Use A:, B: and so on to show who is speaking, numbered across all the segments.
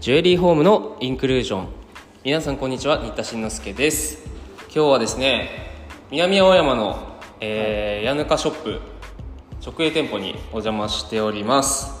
A: ジュエリーホームのインクルージョン皆さんこんにちは新田慎之介です今日はですね南青山の、えーヤヌカショップ直営店舗にお邪魔しております、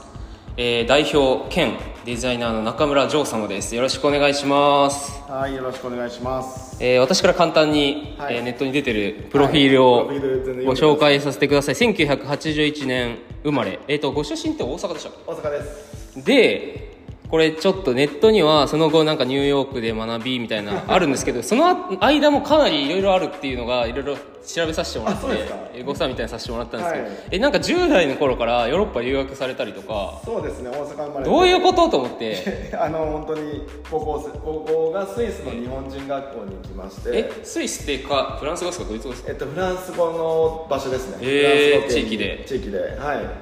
A: えー代表兼デザイナーの中村城様ですよろしくお願いします、
B: はい、よろしくお願いします。
A: えー私から簡単に、
B: はい
A: えーネットに出てるプロフィールを、
B: はいプロフィール全然
A: ご
B: 読んでください
A: 紹介させてください1981年生まれ、えー、とご出身って大阪でしたっけ
B: 大阪です。
A: でこれちょっとネットにはその後なんかニューヨークで学びみたい なあるんですけどその間もかなりいろいろあるっていうのがいろいろ調べさせてもらっ
B: あそうですか
A: てエゴサみたいにさせてもらったんですけど、
B: はい
A: えなんか10代の頃からヨーロッパ留学されたりとか
B: そうですね、大阪生まれ。
A: どういうことと思って
B: あの、本当に高校す、高校がスイスの日本人学校に行きまして。
A: えスイスってかフランス語ですかドイツ語ですか
B: えっと、フランス語の場所ですね。
A: えー
B: フランス語圏
A: 地域で
B: 地域で。はい。違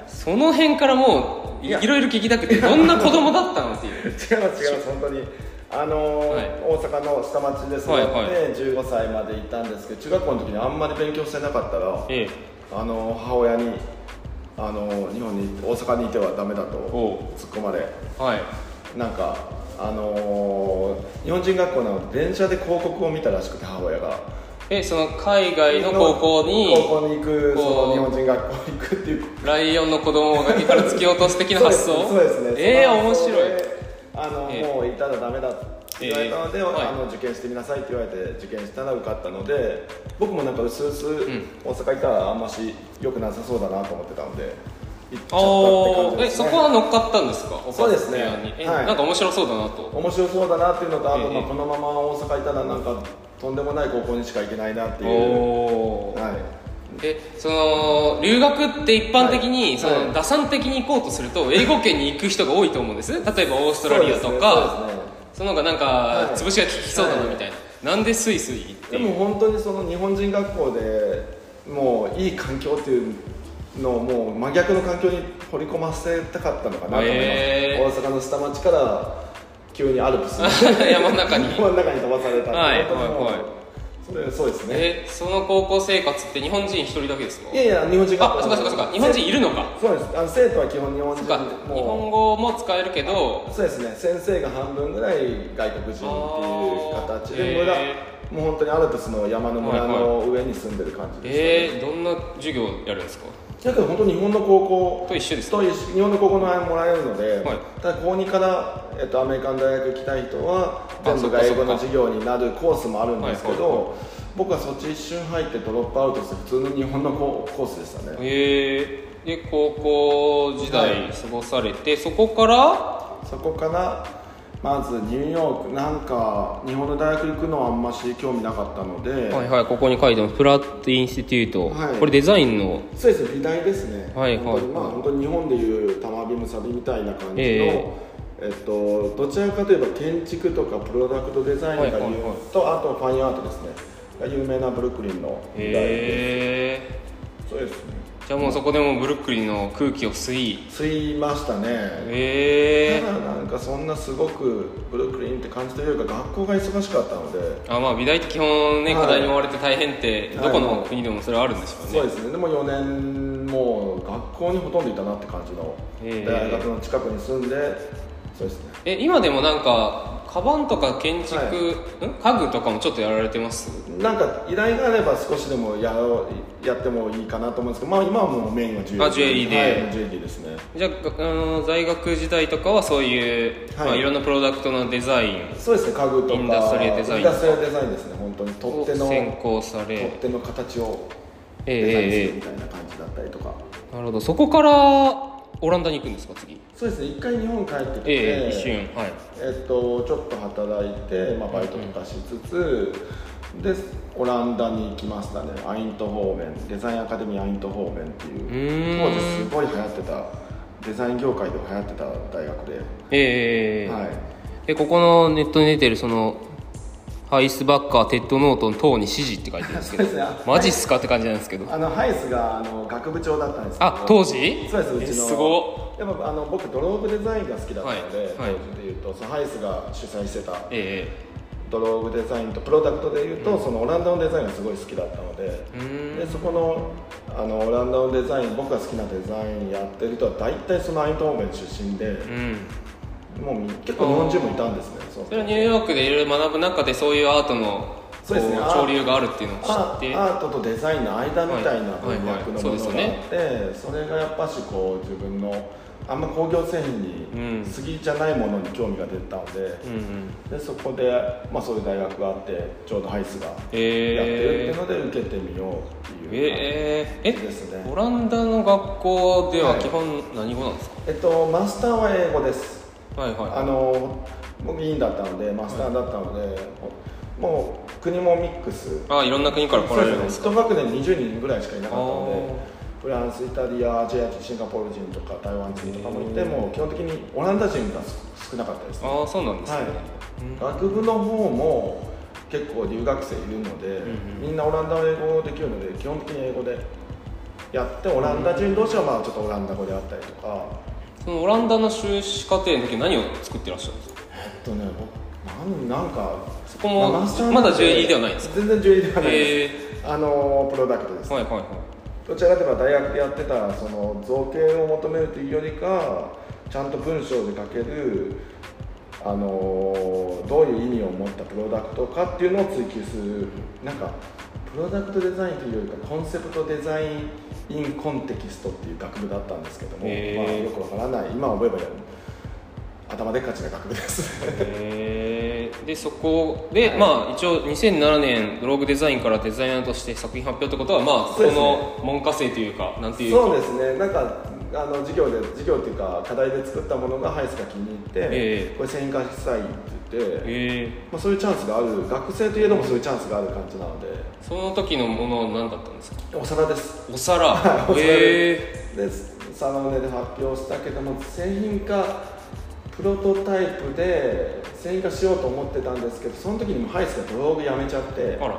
A: その辺からもうい
B: いや
A: いろいろ聞きたくてどんな子供だったのって いう
B: います、違います、本当に。あの
A: はい
B: 大阪の下町で育って、
A: はいはい
B: 15歳までいたんですけど中学校の時にあんまり勉強してなかったら、
A: ええ
B: あの母親にあの日本に大阪にいてはダメだと
A: お
B: 突っ込まれ
A: はい
B: なんかあのー日本人学校なので電車で広告を見たらしくて母親が
A: えその海外の高校に
B: 高校に行く
A: こう
B: その日本人学校に行くっていう
A: ライオンの子供を崖から突き落とす的な発想
B: そうですそうですね
A: ええ
B: その
A: 面
B: 発想で
A: 白い
B: あの、
A: ええ
B: もう行ったらダメだって言われたので、
A: ええはい
B: あの受験してみなさいって言われて受験したら受かったので僕もなんかうすうす
A: ん
B: 大阪行ったらあんまし良くなさそうだなと思ってたので行っちゃったって
A: お
B: 感
A: ー
B: じ
A: え
B: です
A: そ
B: ね
A: こは乗っかったんですかお母さん
B: そうですね
A: にえ
B: はい
A: なんか面白そうだなと
B: 面白そうだなっていうのとあと、
A: ええ
B: まあ、このまま大阪行ったらなんかとんでもない高校にしか行けないなっていう、
A: おー
B: はい、
A: えその留学って一般的に、
B: はい
A: その
B: はい
A: 打算的に行こうとすると英語圏に行く人が多いと思うん ですね例えばオーストラリアと
B: そう
A: か
B: ですね
A: その方がなんか
B: はい
A: 潰しが効きそうだな
B: はい
A: みたいな、なんでスイスイ行って
B: そう ですねでも本当にその日本人学校でもういい環境っていうのをもう真逆の環境に掘り込ませたかったのかなと思います、
A: へー
B: 大阪の下町から急にアルプス
A: 山の中に
B: 山の 中に飛ばされた
A: はい
B: 本当にもう
A: はいはい
B: それそうですね
A: えその高校生活って日本人一人だけですか
B: いやいや日本人学校
A: あそっかそっかそっか日本人いるのか
B: そうですあの生徒は基本日本
A: そ
B: 人
A: っか
B: もう
A: 日本語も使えるけど
B: そうですね先生が半分ぐらい外国人っていう形で
A: あー
B: 村
A: へ
B: もう本当にアルプスの山の村の上に住んでる感じです、
A: えー、どんな授業やるんですか
B: だけど本当に日本の高校
A: と一緒ですか
B: と一緒日本の高校の名前もらえるので、
A: はい
B: ただ高2から、えっと、アメリカの大学行きたい人は
A: あ
B: 全
A: そ
B: 部
A: っかそっか
B: 外語の授業になるコースもあるんですけど、
A: はい
B: 僕はそっち一瞬入ってドロップアウトして普通の日本のココースでしたね
A: えー、で高校時代
B: は
A: 過ごされて、そこから
B: そこからまずニューヨークなんか日本の大学行くのはあんまし興味なかったので、
A: はいはいここに書いてますプラットインスティテュート、
B: はい
A: これデザインの
B: そうですね美大ですね
A: はいはい
B: 本当にまあ本当に日本でいう玉美むさびみたいな感じの、
A: え
B: えっと、どちらかといえば建築とかプロダクトデザインが有、
A: はいはいはい
B: とあとファインアートですねが有名なブルックリンの美大で
A: へえ
B: すそうですね
A: ー、じゃあもうそこでもうブルックリンの空気を吸い
B: 吸いましたね
A: へ
B: た
A: え
B: だなんかそんなすごくブルックリンって感じというよりか学校が忙しかったので
A: ー、あまあ美大って基本ね
B: はい
A: 課題に追われて大変って、
B: は
A: ど
B: い
A: この国でもそれはあるんでしょうね
B: そうですねでも4年もう学校にほとんどいたなって感じの
A: ええ
B: 大学の近くに住んでそうですね
A: え今でもなんかカバンとか建築、
B: はい
A: ん家具とかもちょっとやられてます
B: なんか依頼があれば少しでもやろうやってもいいかなと思うんですけど、まあ、今はもうメインはジュエリー
A: あジュエリーで
B: はい、ジュエリーですね
A: じゃああの在学時代とかはそういう、
B: はい
A: まあ、いろんなプロダクトのデザイン
B: そうですね家具とか
A: インダストリアデザイン
B: インダストリアデザインですね本当に取
A: を
B: っ手の
A: 専攻さ
B: 取
A: れ
B: っ手の形を
A: ええ
B: デザインす
A: ええ
B: るみたいな感じだったりとか、
A: なるほどそこからオランダに行くんですか次
B: そうですね一回日本帰ってきて、
A: ええ一瞬はい
B: えっと、ちょっと働いて、まあ、バイトとかしつつ、でオランダに行きましたねアイント方面デザインアカデミーアイント方面っていう
A: うーん
B: 当時すごい流行ってたデザイン業界で流行ってた大学で、
A: ええ
B: はい、
A: えここのネットに出てるそのハイスバッカーテッドノートの塔に指示って書いてるんですけど
B: そうですね
A: マジっすかって感じなんですけど
B: あのハイスがあの学部長だったんですけど
A: あ当時
B: そうですうちの
A: えすごっ
B: でもあの僕ドローブデザインが好きだったので、
A: はいはい
B: 当時でいうとそのハイスが主催してた
A: え
B: ドローブデザインとプロダクトでいうと、そのオランダのデザインがすごい好きだったので
A: えうーん
B: でそこのあのオランダのデザイン僕が好きなデザインやってる人は大体そのアイント方面出身で、
A: うん
B: もうみ結構日本人もいたんですねそう
A: それはニューヨークでいろいろ学ぶ中でそういうアートの
B: そうですね
A: こ
B: アート
A: 潮流があるっていうのを知
B: ア
A: って
B: ーアートとデザインの間みたいな文脈の
A: はいはいはいそう
B: も
A: ですよ
B: のがあ
A: ね
B: って、それがやっぱしこう自分のあんま工業製品
A: うん
B: に過ぎじゃないものに興味が出たので,、
A: うんうん
B: でそこで、まあ、そういう大学があってちょうどハイスがやってるってい
A: え
B: う
A: ー
B: ので受けてみようっていう、
A: えー、
B: です
A: え
B: ね
A: オランダの学校では
B: はい
A: 基本何語なんです
B: えっとマスターは英語です
A: かはいはい
B: あの僕委員だったのでマスターだったので、もう国もミックス
A: あいろんな国から来
B: そう
A: ら
B: で
A: れ
B: す
A: るん
B: ね
A: ですか
B: 一学年20人ぐらいしかいなかったの
A: あ
B: でフランスイタリアアジア人シンガポール人とか台湾人とかもいてもう基本的にオランダ人が少なかったですね、
A: ああそうなんですね、
B: はい、学部の方も結構留学生いるので、
A: うんうん
B: みんなオランダ英語できるので基本的に英語でやってオランダ人同士はまあちょっとオランダ語であったりとか
A: そのオランダの修士課程の時何を作ってらっしゃるんですか
B: えっとね僕なんなんか
A: そこも
B: マスターなん
A: ま
B: て
A: だ JE ではないんですか
B: 全然 JE ではないです、
A: え
B: あのプロダクトです
A: ー、はいはいはい
B: どちらかといえば大学でやってたその造形を求めるというよりかちゃんと文章で書けるあのどういう意味を持ったプロダクトかっていうのを追求するなんかプロダクトデザインというよりかコンセプトデザイン・イン・コンテキストっていう学部だったんですけども、
A: へー
B: まあ、よくわからない今覚えばやる頭でっかちな学部ですね
A: えーでそこで、まあ一応2007年ブログデザインからデザイナーとして作品発表ってことはまあ
B: そう
A: そ
B: ですね
A: の門下生というかなんていうか
B: そうですねなんかあの授業で授業っていうか課題で作ったものがハイスが気に入って、
A: ええ
B: これ繊維化したいって言って、
A: え
B: まあ、そういうチャンスがある学生といえどもそういうチャンスがある感じなので
A: ーその時のものは何だったんですか
B: お皿です
A: お皿
B: お皿
A: え
B: でサロンで発表したけども製品化プロトタイプで製品化しようと思ってたんですけどその時にもハイスがドログやめちゃって
A: ー、あら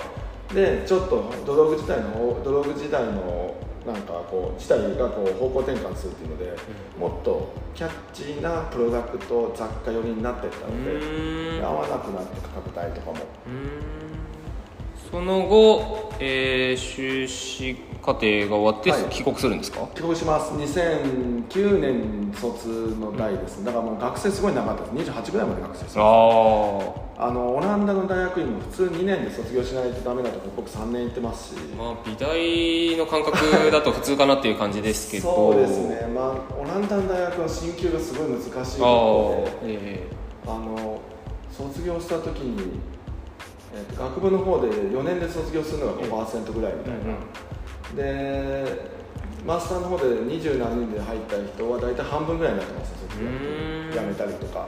B: でちょっとドログ自体のドログ自体のなんかこう自体がこう方向転換するっていうので、もっとキャッチーなプロダクト雑貨寄りになってった
A: う
B: ので、
A: ーん
B: 合わなくなって価格帯とか
A: うー
B: も
A: んその後、えー修士課程が終わって
B: はい
A: 帰国するんですか、
B: 帰国します2009年卒の代です、だからもう学生すごい長かったです28ぐらいまで学生してま
A: あ
B: すあのオランダの大学院も普通2年で卒業しないとダメだとか僕3年行ってますし
A: あまあ美大の感覚だと普通かなっていう感じですけど
B: そうですねまあオランダの大学は進級がすごい難しい
A: ああ
B: ところで
A: え
B: あの卒業した時に、えっと学部の方で4年で卒業するのが5%ぐらいみ
A: え
B: たいな、でマスターの方で20何人で入った人は大体半分ぐらいになってます卒業
A: うーん
B: やめたりとか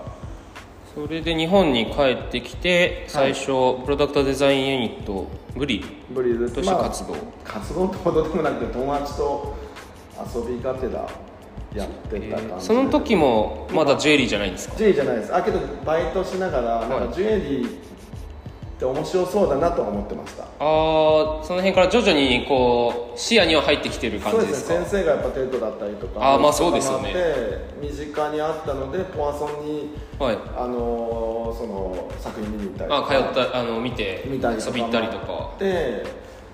A: それで日本に帰ってきて最初、プロダクトデザインユニットブリ
B: ブリル
A: として活動、
B: 活動ってほどでもなくて友達と遊びがてらやってた感じで、
A: えーその時もまだジュエリーじゃないんですか
B: ジュエリーじゃないですあけどバイトしながらなん
A: はい
B: かジュエリーって面白そうだなとは思ってました
A: ああその辺から徐々にこう視野には入ってきてる感
B: そう
A: じ
B: で
A: ですすか
B: ね先生がやっぱテントだったりとか
A: あーまあそうですよね
B: 身近にあったのでポワソンに
A: はい
B: あのーその作品見に行ったりと
A: あ
B: か
A: 通ったあの見て
B: 見たりとか
A: 遊び行ったりとか
B: で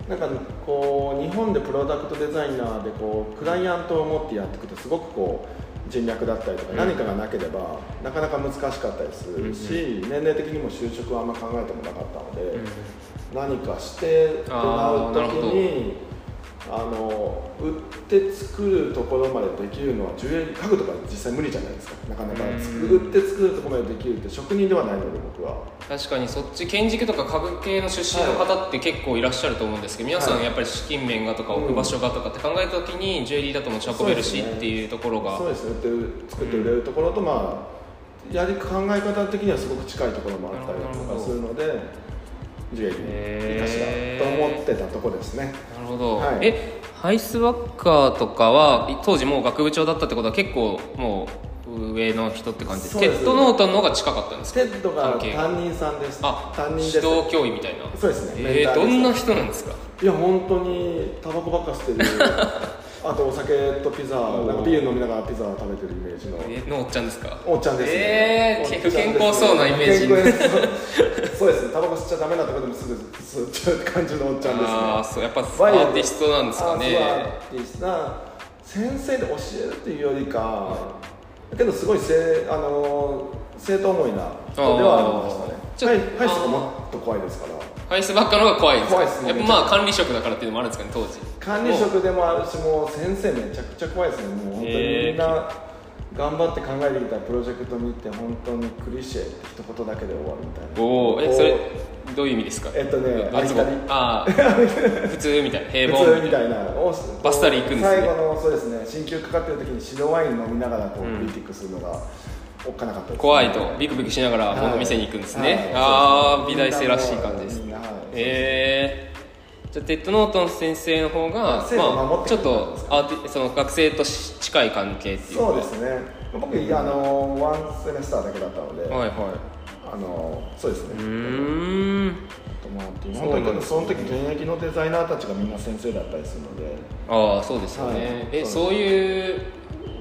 B: なんかこう日本でプロダクトデザイナーでこうクライアントを持ってやっていくとすごくこう人脈だったりとか
A: うん
B: 何かがなければなかなか難しかったりするし、年齢的にも就職はあんま考えてもなかったので、何かしてってな
A: あーな
B: る
A: る
B: 時
A: ほど
B: にあの売って作るところまでできるのは重要家具とか実際無理じゃないですかなかなか
A: うん
B: 作売って作るところまでできるって職人ではないので僕は。
A: 確かにそっち建築とか家具系の出身の方って結構いらっしゃると思うんですけど皆さ
B: は
A: ん
B: い
A: やっぱり資金面がとか置く場所がとかって考えた時にジュエリーだと持ち運べるし
B: そうですね
A: っていうところが
B: そうですね売って作って売れるところと、まあやり考え方的にはすごく近いところもあったり
A: なるほ
B: と
A: ど
B: かするのでジュエリーいいかし
A: へ
B: らと
A: ー
B: 思ってたとこですね
A: なるほど、
B: はい
A: えハイスワッカーとかは当時もう学部長だったってことは結構もう上の人って感じです
B: そうです
A: テッドノートの方が近かったんですか
B: テッドが
A: 関係が
B: 担任さんです
A: あ
B: 担任です
A: 指導教員みたいな
B: そうですねメン
A: え
B: タ
A: ー、
B: ー
A: ど
B: です
A: んな人なんですか
B: いや本当にタバコばっかし てるあとお酒とピザなんかビール飲みながらピザ食べてるイメージの
A: えのおっちゃんですか
B: おっちゃんですね
A: えー
B: おっちゃんです
A: 健康そうなイメージ
B: 健康ですそうですねタバコ吸っちゃダメなとこでもすぐ吸っちゃう感じのおっちゃんですね
A: ああそうやっぱア
B: ワイヤー
A: ーティストなんですか
B: あそうア
A: ね
B: ーティストな先生で教えるっていうよりか、だけどすごいせあの生徒思いな人ではありましたね
A: あーちょっと
B: はいはいそこもっと怖いですから
A: ハイスばっかの方が怖いですか
B: 怖いですね
A: やっぱまあ管理職だからっていうのもあるんですかね当時
B: 管理職でもあるしもう先生めちゃくちゃ怖いですねもう本当にみんな頑張って考えてきたプロジェクト見て本当にクリシェって一言だけで終わるみたいな
A: おおえ
B: こう
A: それどういう意味ですか
B: えっとね
A: バツボ
B: あいき
A: ああ普通みたいな平凡
B: 普通みたいなを
A: バスタリ行くんですね
B: 最後のそうですね進級かかってる時に白ワイン飲みながらこ
A: う
B: う、
A: ん
B: クリティックするのがおっかなかったです、
A: 怖いとビクビクしながら物見せに行くんですね、
B: はい
A: ああ
B: はい
A: 美大生らしい感じです
B: みん
A: ね
B: なはい
A: えー、じゃあテッドノートの先生の方が
B: 生徒を
A: ま
B: 守
A: あ、
B: っ
A: ち
B: て
A: ょっ
B: くれた
A: とアーティその学生とし近い関係っていうか
B: そうですね僕、あのワンセメスターだけだったので、
A: はいはい
B: あのそうですね
A: うーん
B: 本当に
A: そうなんです
B: その時現役のデザイナーたちがみんな先生だったりするので
A: ああそうですよね、
B: はい
A: え
B: そう
A: そういう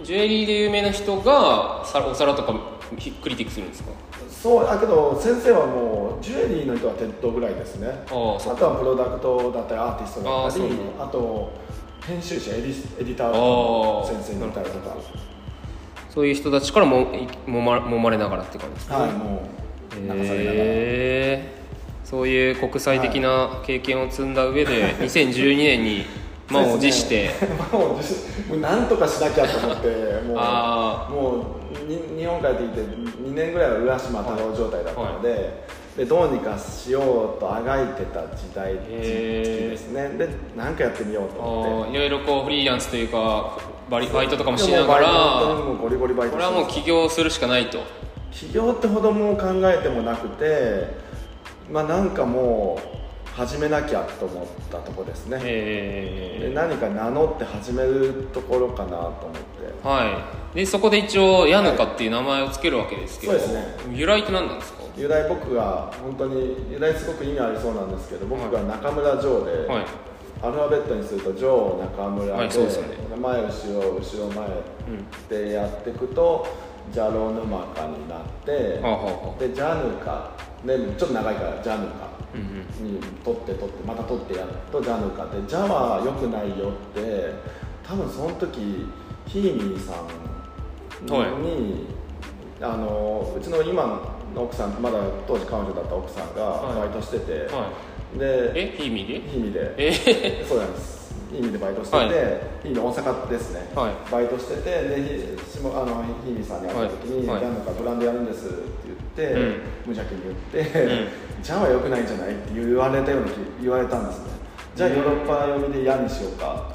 A: ジュエリーで有名な人がさお皿とかひクリティックするんですか
B: そうだけど先生はもうジュエリーの人は鉄塔ぐらいですねあ
A: ああそっか
B: とはプロダクトだったりアーティストだったり
A: あーそうなん
B: あと編集者エディスエディター
A: あ
B: の
A: ー
B: 先生にいたりとか
A: そういう人たちからもいもま揉まれながらって感じですか
B: はいもう流されながら、
A: へーそういう国際的な経験を積んだ上で2012年 に満を持して、
B: そうですね満を持して もうなんとかしなきゃと思ってもう
A: あ
B: もうに日本帰ってきて2年ぐらいは浦島太郎状態だったので,、でどうにかしようとあがいてた時代時期
A: へー
B: ですねで何かやってみようと
A: あ
B: 思って
A: ーいろいろこうフリーランスというかバリバイトとかもし
B: で
A: な
B: も
A: がら
B: バイト本当にもうゴリゴリバイ
A: こ
B: ト
A: れはもう起業するしかないと
B: 起業ってほどもう考えてもなくてまあなんかもう始めなきゃと思ったとこですね、で
A: え
B: 何か名乗って始めるところかなと思って
A: ーはいでそこで一応ヤヌカっていう名前をつけるわけですけど、
B: そうです
A: 由来って何なんですか
B: 由来僕が本当に由来すごく意味ありそうなんですけど僕が中村ジョーで、
A: はい
B: アルファベットにするとジョー中村で,、
A: はいそうですよね
B: 前後ろ後ろ前でやっていくと、ジャロ沼カになって、
A: はあはあはあ
B: でジャヌカでちょっと長いからジャヌカ
A: うんうん
B: に取って取ってまた取ってやっとジャヌカでジャは良くないよって多分その時ヒーミーさんに、
A: はい
B: あのうちの今の奥さんまだ当時彼女だった奥さんが
A: はい
B: バイトしてて、
A: は
B: で
A: いえいい意味で
B: ヒーミーで
A: えー
B: そうなんです。意味でバイトしてて、
A: はい
B: 意味で大阪ですね、
A: はい
B: バイトしてて、で、ひ下あのひみさんに会った時に、
A: はいはい
B: なんかブランドやるんですって言って、
A: うん
B: 無邪気に言って、
A: う
B: じゃあは良くないんじゃないって言われたように言われたんですね。じゃあヨーロッパ読みで嫌にしようか。
A: あ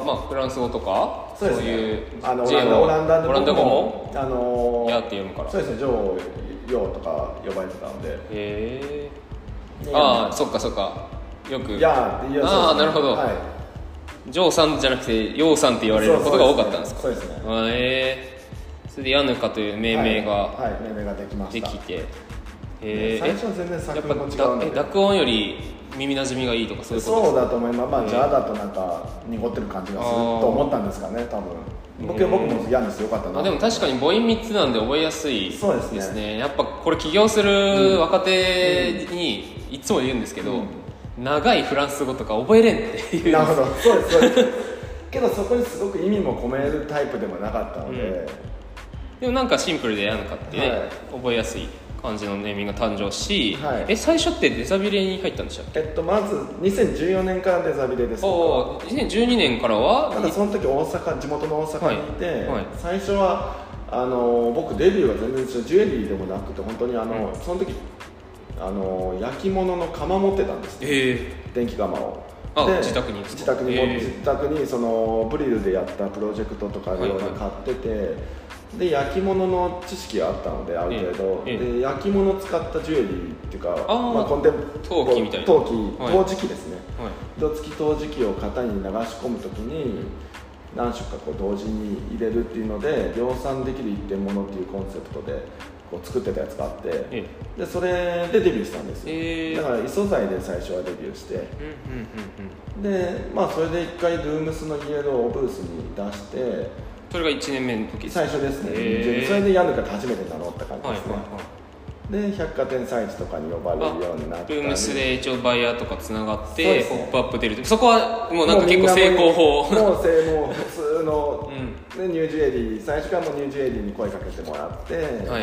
A: あまあフランス語とか
B: そうですね
A: いう
B: あのオ
A: J
B: ランダ
A: も
B: オランダ
A: オランダ語も
B: あの
A: やって読むから
B: そうですね、ジョー、ヨーとか呼ばれてたので。
A: へえ
B: ね
A: ああそっかそっかよく
B: いやー、いや、
A: ああ
B: そ
A: な
B: うですね
A: るほど
B: はい
A: ジョーさんじゃなくてヨウさんって言われることが多かったんですか
B: そうそうですね
A: あーえーそれでヤヌカという命名が
B: はい、はい命名ができまし
A: で
B: た
A: きて、
B: ね
A: え
B: 最初は全然作
A: やっ
B: 風も違うんで
A: ぱだえ濁音より耳なじみがいいとかそういうこと
B: そう
A: で
B: だと思います、まあ、ジャーだとなんか濁ってる感じがすると思ったんですかね、多分僕,、僕も嫌ですよかった
A: す
B: な
A: かあでも確かに母音3つなんで覚えやすい
B: そうですね
A: やっぱこれ起業する若手にいつも言うんですけど、長いフランス語とか覚えれんっていう
B: なるほど、そうです、そうです、けどそこにすごく意味も込めるタイプでもなかったので、
A: でもなんかシンプルでやるのかってね、
B: はい
A: 覚えやすい感じのネーミングが誕生し、
B: はい
A: え最初ってデザビレに入ったんでしたっけ
B: えっと、まず2014年からデザビレですと
A: おお2012年からは
B: か、ただその時大阪、地元の大阪にいて、
A: はいはい
B: 最初はあの僕、デビューは全然一緒ジュエリーでもなくて、本当にあの、
A: うん
B: その時あの焼き物の釜持ってたんですよ
A: え
B: 電気釜を
A: あ
B: で
A: 自宅にです
B: 自
A: か
B: 宅に,、
A: へえ
B: 自宅にそのブリルでやったプロジェクトとかいろいろ
A: はいはい
B: 買ってて、で焼き物の知識があったのである程度、
A: えええ
B: で焼き物を使ったジュエリーっていう
A: あ
B: か
A: ー
B: まあ、コンテン
A: 陶器みたいな
B: 陶器
A: はい
B: 陶磁器ですね、
A: ーはい
B: 色付き陶磁器を型に流し込むときに何種かこう同時に入れるっていうので量産できる一点物っていうコンセプトでこう作ってたやつがあって、
A: え
B: でそれでデビューしたんですよ、
A: えー
B: だから異素材で最初はデビューして
A: うんうんうんうん
B: でまあそれで一回ルームスのイエローをブースに出して
A: それが1年目の時です
B: 最初ですね、
A: へー
B: それでやるかって初めて名乗った感じ
A: はいは
B: で
A: い
B: すね、
A: は
B: で百貨店産地とかに呼ばれるようになった
A: ブ
B: り
A: ームスで一応バイヤーとかつながっ
B: そうで
A: て「
B: す
A: ポ
B: ね
A: ップアップ出るとそこはもうなんか結構成功法
B: もうもう正もう普通の
A: う、ん
B: でニュージーエリー最初からもうニュージーエリーに声かけてもらって、
A: はいはいは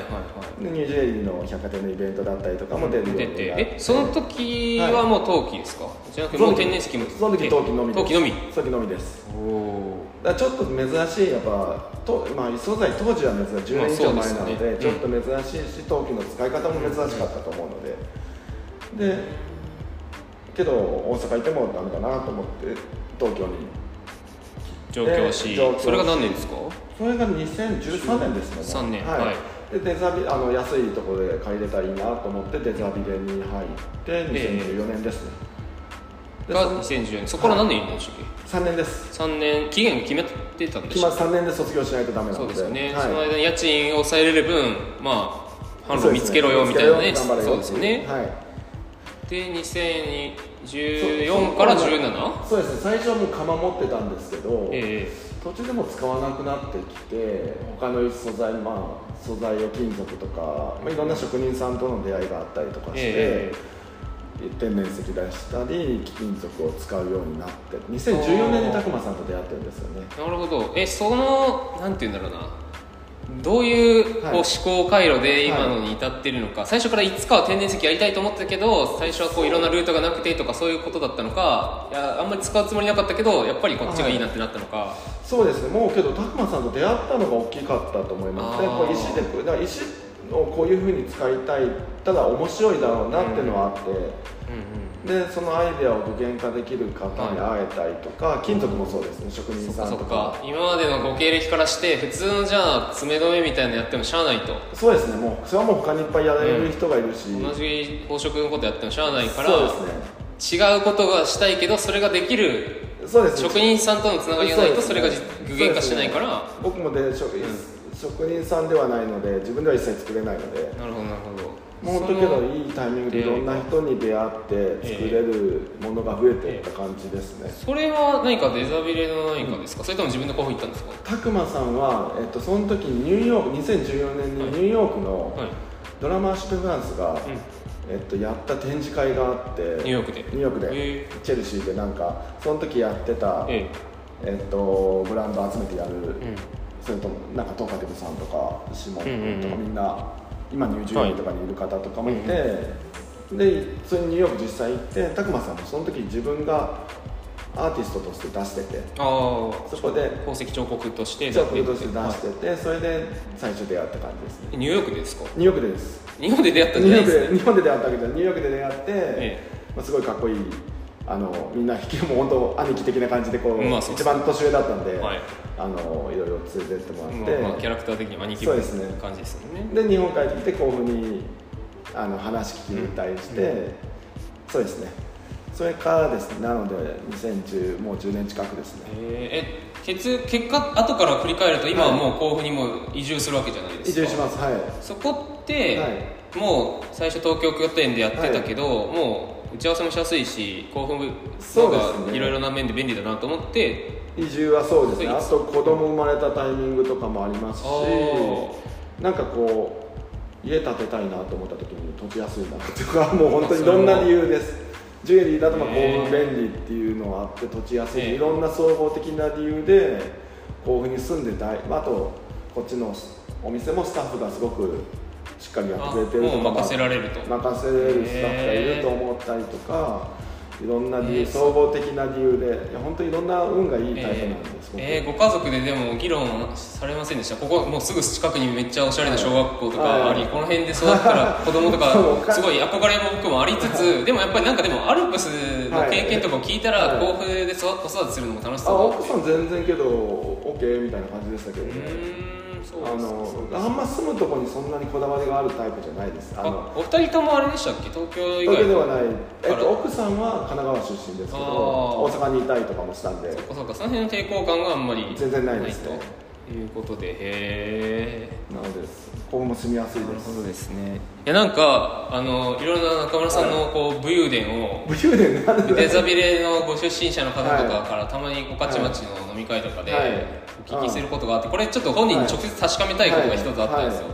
B: でニュージーエリーの百貨店のイベントだったりとかも出るよ
A: いう出
B: に
A: て
B: なって
A: えその時はもう陶器ですか、じゃなくてもう天然石も
B: その時陶器のみです
A: 陶器のみ
B: 陶器のみです
A: おお
B: だからちょっと珍しいやっぱと、まあ、異素材当時は珍しい10年以上
A: まあ
B: 前
A: そうです
B: な
A: よね
B: ので,、ちょっと珍しいし陶器の使い方も珍しかったと思うので、でけど大阪行ってもダメだなと思って東京に
A: 上京し
B: で上京し
A: それが何年ですか
B: それが2013年ですね
A: 13年
B: はい、
A: はい
B: でデザビあの安いところで借りれたらいいなと思ってデザビレに入って2014年ですね、で
A: が2014年そこから何年いるんでしたっけ
B: 3年です
A: 3年期限決めてたんで
B: 決
A: した
B: ま
A: っ
B: 3年で卒業しないとダメ
A: け
B: な
A: そう
B: ので
A: ですよね、
B: はい
A: その間に家賃を抑えれる分まあ販路を見つけろよみたいなね
B: 見つけろよ頑張れよ
A: そうですよね、
B: はい
A: で2014から
B: そうそう
A: 17?
B: そうですね最初はもう釜持ってたんですけど、
A: え
B: 途中でもう使わなくなってきて他の素材まあ素材を金属とか、まあ、いろんな職人さんとの出会いがあったりとかして、
A: え
B: 天然石出したり貴金属を使うようになって2014年に拓磨さんと出会ってるんですよね
A: えなるほどえそのなんて言うんだろうなどういうこう
B: はい
A: 思考回路で今
B: は
A: のに至ってるのか、最初からいつかは天然石やりたいと思ってたけど最初はこういろんなルートがなくてとかそういうことだったのかいやあんまり使うつもりなかったけどやっぱりこっちがいいなってなったのか、
B: そうですねもうけど拓磨さんと出会ったのが大きかったと思いますね
A: あー
B: こう石でこうだから石をこういうふうに使いたいただ面白いだろうなっていうのはあって、
A: うんうん
B: でそのアイデアを具現化できる方に会えたりとか、金属もそうですね職
A: そ
B: 人
A: っか
B: さん
A: そっ
B: と
A: か
B: か
A: 今までのご経歴からして普通のじゃあ爪止めみたいなのやってもしゃあないと
B: そうですねもうそれはもう他にいっぱいやれる人がいるし、
A: 同じ宝飾のことやってもしゃあないから
B: そうですね
A: 違うことがしたいけどそれができる
B: そうですね
A: 職人さんとのつながりがないとそれが
B: そう
A: 実
B: ですね
A: 具現化してないから
B: 僕もで職,、職人さんではないので自分では一切作れないので
A: なるほどなる
B: もう
A: ほ
B: 本
A: ど
B: 当けどいいタイミングでいろんな人に出会って作れるものが増えていった感じですね
A: それは何かデザビレの何かですかそれとも自分で候補行ったんですか
B: 拓磨さんは、えっと、その時ニューヨーク2014年にニューヨークの
A: はい
B: ドラマーシュプフランスが、えっと、やった展示会があってニ
A: ニューヨークで
B: ニューヨークで、
A: へ
B: チェルシーでなんかその時やってた、
A: え
B: えっと、ブランド集めてやる、
A: えうん
B: それともなんかトーカテブさんとかシモン君とか
A: うんうんうん
B: みんな今ニュージーランドとかにいる方とかもいて、でそれにニューヨーク実際行って拓磨さんもその時自分がアーティストとして出してて
A: ああ
B: そこで
A: 宝石彫刻として
B: じゃあプロとして出し
A: は
B: てて、それで最初出会った感じですね
A: いニューヨークでですか
B: ニューヨークでです
A: 日本で出会ったん
B: ニ
A: じ
B: ュ
A: ゃ
B: ー
A: な
B: ヨ
A: いで
B: ーク
A: す
B: でニューヨークで出会ったわけじゃニューヨークで出会って、
A: え
B: まあ、すごいかっこいいあのみんなきもう本当兄貴的な感じでこう,、
A: まあそうそう
B: 一番年上だったんで、
A: はい
B: あのいろいろ連れてってもらって、
A: まあまあキャラクター的に兄貴
B: そうですね
A: 感じですよね
B: で日本帰ってきてこういうふうにあの話聞きに行ったりして、そうですねそれからですねなので2010もう10年近くですね
A: えーえ結結果後から振り返ると今はもう甲府にも移住するわけじゃないです
B: 移
A: か
B: 住しますはい
A: そこって、
B: は
A: もう最初東京拠点でやってたけど、もう打ち合わせもしやすいし甲府も
B: そうで
A: な
B: すね
A: んかいろいろな面で便利だなと思って
B: 移住はそうですね
A: そう
B: あ
A: いつ
B: と子供生まれたタイミングとかもありますし
A: あー
B: なんかこう家建てたいなと思った時に土地安いなとかもう本当にいろんな理由ですジュエリーだとまあ
A: へー
B: 甲府便利っていうのはあって土地安
A: へー
B: いいろんな総合的な理由で甲府に住んでたい、まあ、あとこっちのお店もスタッフがすごくしっかりやってくれてる
A: あもう任せられると
B: 任せれるスタッフがいると思ったりとかいろんな理由、
A: えー
B: 総合的な理由でいや本当にいろんな運がいいタイプなんです、僕
A: えーえーご家族ででも議論されませんでしたここもうすぐ近くにめっちゃおしゃれな小学校とかあり、
B: はい
A: この辺で育った ら子供と
B: そう
A: か
B: か
A: すごい憧れも僕もありつつでもやっぱりなんかでもアルプスの経験とかを聞いたら、
B: はい
A: 甲府で育子育てするのも楽し
B: あ
A: そうだ
B: 奥さん全然けど OK みたいな感じでしたけど
A: う
B: ね、
A: ーんそう
B: あ
A: ですか
B: のあんま住むとこにそんなにこだわりがあるタイプじゃないですあ
A: あ
B: の
A: お二人ともあれでしたっけ東京以
B: だ
A: 外
B: けでは
A: な
B: ない、えっ
A: あら
B: と、奥さんは神奈川出身ですけど
A: あー
B: 大阪にいたりとかもしたんで
A: そっかそっかその辺の抵抗感があんまり
B: 全然ないですね
A: ということでへえ
B: なのでここも住みやすいです
A: どですねいやなんかあのいろんな中村さんのこう武勇伝を
B: 武勇伝なんで
A: デザビレのご出身者の方とか
B: は
A: からたまに御徒町の飲み会とかで
B: はい
A: お聞きすることがあってこれちょっと本人に直接確かめたいことが一つあったんですよ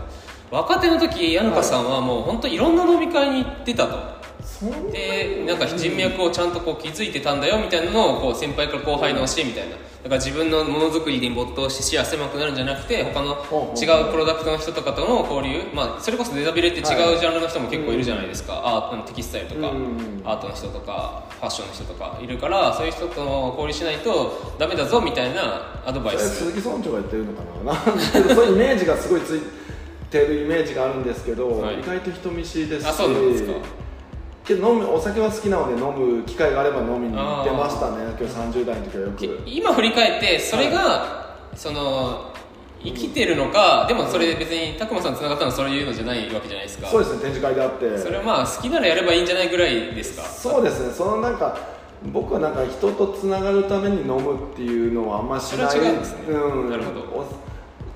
B: は
A: 若手の時矢中さんはもう本当いろんな飲み会に行ってたと、
B: そんな
A: でなんか人脈をちゃんとこう築いてたんだよみたいなのをこう先輩から後輩に教えみたいなだから自分のものづくりに没頭して視野狭くなるんじゃなくて他の
B: ほうほう
A: 違うプロダクトの人とかとの交流、まあ、それこそデザビレって違
B: は
A: うジャンルの人も結構いるじゃないですか、アートのテキスタイルとか、
B: うんうん
A: アートの人とかファッションの人とかいるからそういう人との交流しないとダメだぞみたいなアドバイス
B: 鈴木村長がやってるのかななんですけど そういうイメージがすごいついてるイメージがあるんですけど、
A: はい
B: 意外と人見知りですし
A: あそうなんですか
B: けど飲むお酒は好きなので飲む機会があれば飲みに行ってましたね今日30代の時はよく
A: き今振り返ってそれが、その生きてるのかでもそれ別に拓磨さんつながったのはそういうのじゃないわけじゃないですか
B: そうですね展示会があって
A: それはまあ好きならやればいいんじゃないぐらいですか
B: そうですねそのなんか僕はなんか人とつながるために飲むっていうのはあんましない
A: それは違うんですね
B: うん
A: なるほど
B: お